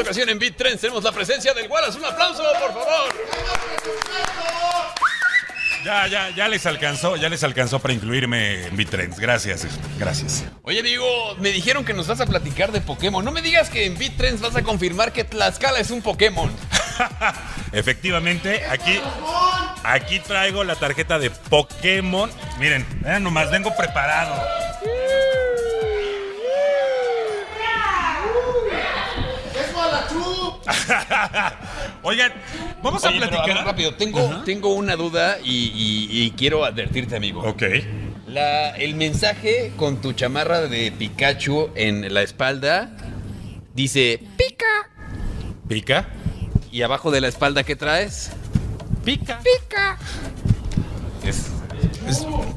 ocasión en Beat Trends tenemos la presencia del Wallace. Un aplauso, por favor. Ya, ya, ya les alcanzó, ya les alcanzó para incluirme en Bitrends. Gracias, gracias. Oye, Diego, me dijeron que nos vas a platicar de Pokémon. No me digas que en Beat Trends vas a confirmar que Tlaxcala es un Pokémon. Efectivamente, aquí, aquí traigo la tarjeta de Pokémon. Miren, vean nomás, vengo preparado. Oigan, vamos a Oye, pero platicar. ver, rápido, tengo, tengo una duda y, y- y quiero advertirte, amigo. Ok. La- el mensaje con tu chamarra de Pikachu en la espalda dice pica. ¿Pica? ¿Y abajo de la espalda qué traes? Pica. Pica.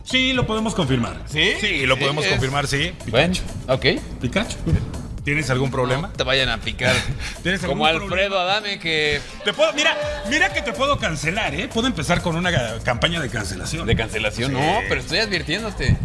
Sí, lo podemos confirmar. ¿Sí? Sí, lo podemos Sí, es- confirmar, sí. Bueno, ok. Pikachu. ¿Tienes algún problema? No te vayan a picar. ¿Tienes Como algún Alfredo Adame que... Te puedo, mira, mira que te puedo cancelar, ¿eh? Puedo empezar con una ga- campaña de cancelación. De cancelación. Sí. No, pero estoy advirtiéndote.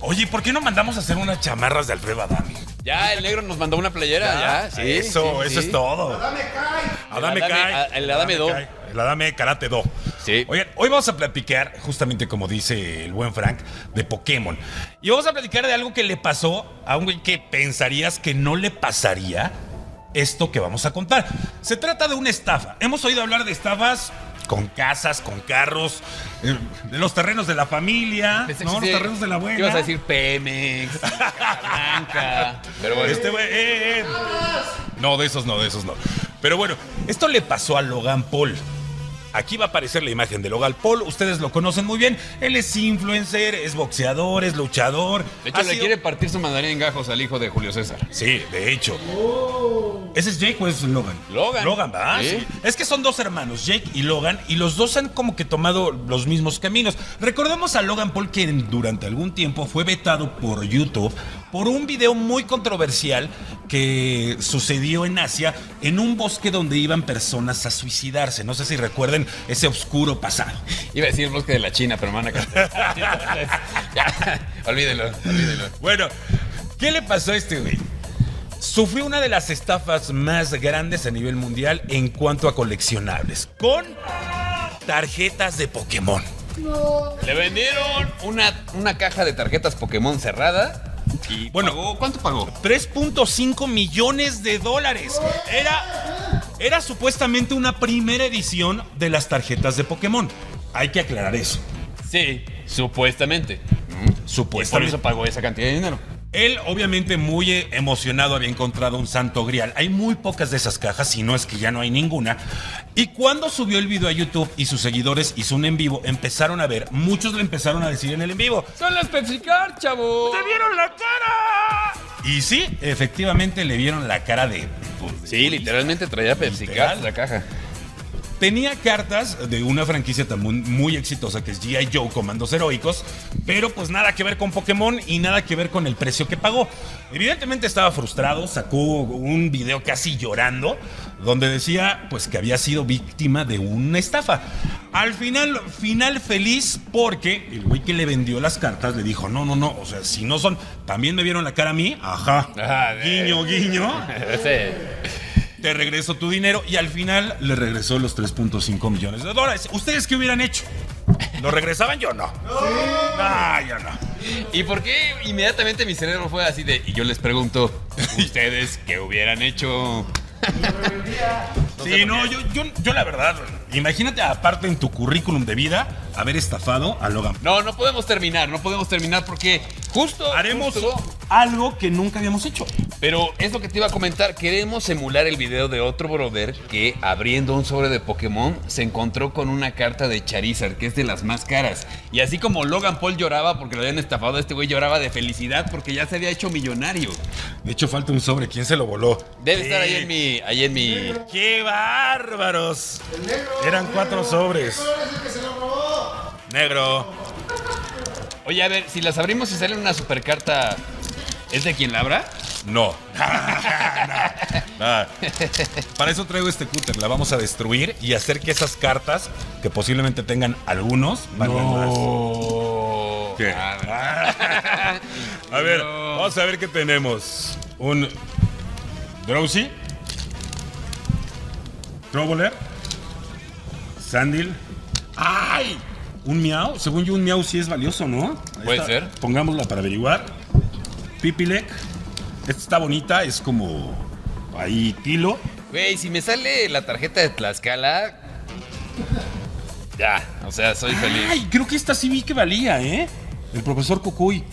Oye, ¿por qué no mandamos a hacer unas chamarras de Alfredo Adame? Ya, el negro nos mandó una playera. Ya, sí, eso, sí, eso sí. es todo. Adame cae. Adame El Adame- cae. a- el Adame do. cae. El Adame Karate Do. Sí. Oigan, hoy vamos a platicar, justamente como dice el buen Frank, de Pokémon. Y vamos a platicar de algo que le pasó a un güey que pensarías que no le pasaría esto que vamos a contar. Se trata de una estafa. Hemos oído hablar de estafas con casas, con carros, eh, de los terrenos de la familia, Pensé que ¿no? sí. Los terrenos de la abuela. Ibas a decir Pemex, Blanca. Pero bueno. Este güey, eh, eh. No, de esos no, de esos no. Pero bueno, esto le pasó a Logan Paul. Aquí va a aparecer la imagen de Logan Paul. Ustedes lo conocen muy bien. Él es influencer, es boxeador, es luchador. De hecho, Ha le sido- quiere partir su mandarín en gajos al hijo de Julio César. Sí, de hecho. ¿Ese es Jake o es Logan? Logan. Logan, ¿va? Sí. Sí. Es que son dos hermanos, Jake y Logan, y los dos han como que tomado los mismos caminos. Recordemos a Logan Paul, quien durante algún tiempo fue vetado por YouTube por un video muy controversial que sucedió en Asia, en un bosque donde iban personas a suicidarse. No sé si recuerden ese oscuro pasado. Iba a decir el bosque de la China, pero me van a cancelar. Ya, olvídelo, olvídelo. Bueno, ¿qué le pasó a este güey? Sufrió una de las estafas más grandes a nivel mundial en cuanto a coleccionables, con tarjetas de Pokémon. Le vendieron una, una caja de tarjetas Pokémon cerrada. Y Bueno. pagó- Oh, ¿cuánto pagó? 3.5 millones de dólares. Era, era supuestamente una primera edición de las tarjetas de Pokémon. Hay que aclarar eso. Sí, supuestamente. Por Supuestamente. eso pagó esa cantidad de dinero. Él, obviamente, muy eh, emocionado, había encontrado un santo grial. Hay muy pocas de esas cajas, si no es que ya no hay ninguna. Y cuando subió el video a YouTube y sus seguidores hizo un en vivo, empezaron a ver, muchos le empezaron a decir en el en vivo: Son las PepsiCard, chavo. ¡Te vieron la cara! Y sí, efectivamente le vieron la cara de. pues, de- Sí, literalmente traía Literal. PepsiCard la caja. Tenía cartas de una franquicia tan muy, muy exitosa que es G.I. Joe Comandos Heroicos, pero pues nada que ver con Pokémon y nada que ver con el precio que pagó. Evidentemente estaba frustrado, sacó un video casi llorando, donde decía pues que había sido víctima de una estafa. Al final, final feliz porque el güey que le vendió las cartas le dijo, no, no, no, o sea, si no son, también me vieron la cara a mí, ajá, Ajá, de- guiño, guiño, Sí. te regreso tu dinero y al final le regresó los 3.5 millones de dólares. ¿Ustedes qué hubieran hecho? ¿Lo regresaban? Yo no. No, yo no. ¿Y por qué inmediatamente mi cerebro fue así de... Y yo les pregunto, ¿ustedes qué hubieran hecho? sí, no, yo, yo, yo la verdad, imagínate aparte en tu currículum de vida haber estafado a Logan. No, no podemos terminar, no podemos terminar porque justo... Haremos justo- algo que nunca habíamos hecho. Pero es lo que te iba a comentar. Queremos emular el video de otro brother que abriendo un sobre de Pokémon se encontró con una carta de Charizard, que es de las más caras. Y así como Logan Paul lloraba porque lo habían estafado, este güey lloraba de felicidad porque ya se había hecho millonario. De hecho, falta un sobre. ¿Quién se lo voló? Debe estar ahí Sí. en mi. Ahí en mi. ¡Qué bárbaros! Eran cuatro sobres. Negro. Oye, a ver, si las abrimos y sale una supercarta. ¿Es de quien la abra? No. Nada. Para eso traigo este cúter. La vamos a destruir y hacer que esas cartas, que posiblemente tengan algunos, valgan más. Ah. ¿Qué? A ver, No. vamos a ver qué tenemos. Un Drowsy, Troubler, Sandil. ¡Ay! Un miau. Según yo, un miau sí es valioso, ¿no? Ahí Puede está. ser. Pongámosla para averiguar. Pipilec. Esta está bonita, es como. Ahí, kilo. Güey, si me sale la tarjeta de Tlaxcala. Ya, o sea, soy feliz. Ay, creo que esta sí vi que valía, ¿eh? El profesor Cucuy.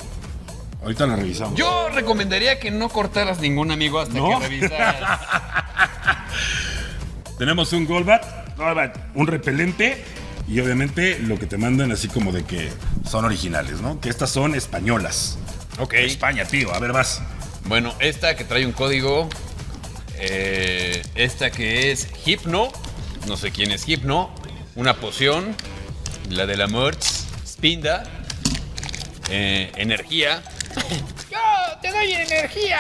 Ahorita la revisamos. Yo recomendaría que no cortaras ningún amigo hasta ¿No? que revisaras. Tenemos un Golbat, Golbat, un repelente y obviamente lo que te mandan así como de que son originales, ¿no? Que estas son españolas. ok. España, tío. A ver, vas. Bueno, esta que trae un código. eh, esta que es Hipno. No sé quién es Hipno. Una poción. La de la Mertz. Spinda. eh, energía. ¡Yo te doy energía!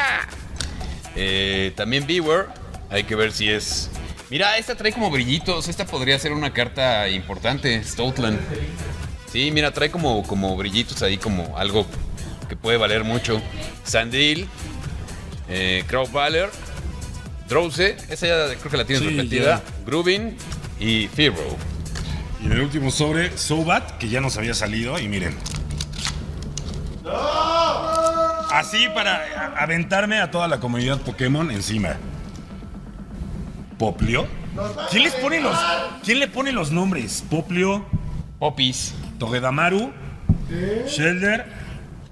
Eh, también Beware. Hay que ver si es. Mira, esta trae como brillitos. Esta podría ser una carta importante. Stoutland. Sí, mira, trae como, como brillitos ahí, como algo que puede valer mucho. Sandil, eh, Crowballer, Drowse, esa ya creo que la tienes Sí, repetida. ya. Groovin y Fibro. Y en el último sobre, Sobat, que ya nos había salido y miren. Así para a- aventarme a toda la comunidad Pokémon encima. ¿Poplio? ¿Quién les pone los, ¿Quién le pone los nombres? ¿Poplio? Popis. Togedamaru, Shelder,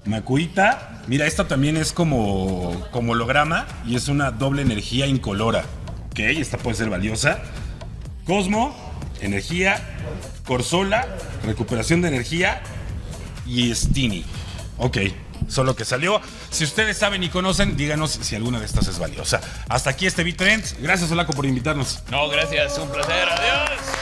Makuita. Mira, esta también es como, como holograma y es una doble energía incolora. Ok, esta puede ser valiosa. Cosmo, energía. Corsola, recuperación de energía. Y Stini. Ok, son lo que salió. Si ustedes saben y conocen, díganos si alguna de estas es valiosa. Hasta aquí este B-Trends. Gracias, Olaco, por invitarnos. No, gracias, un placer, adiós.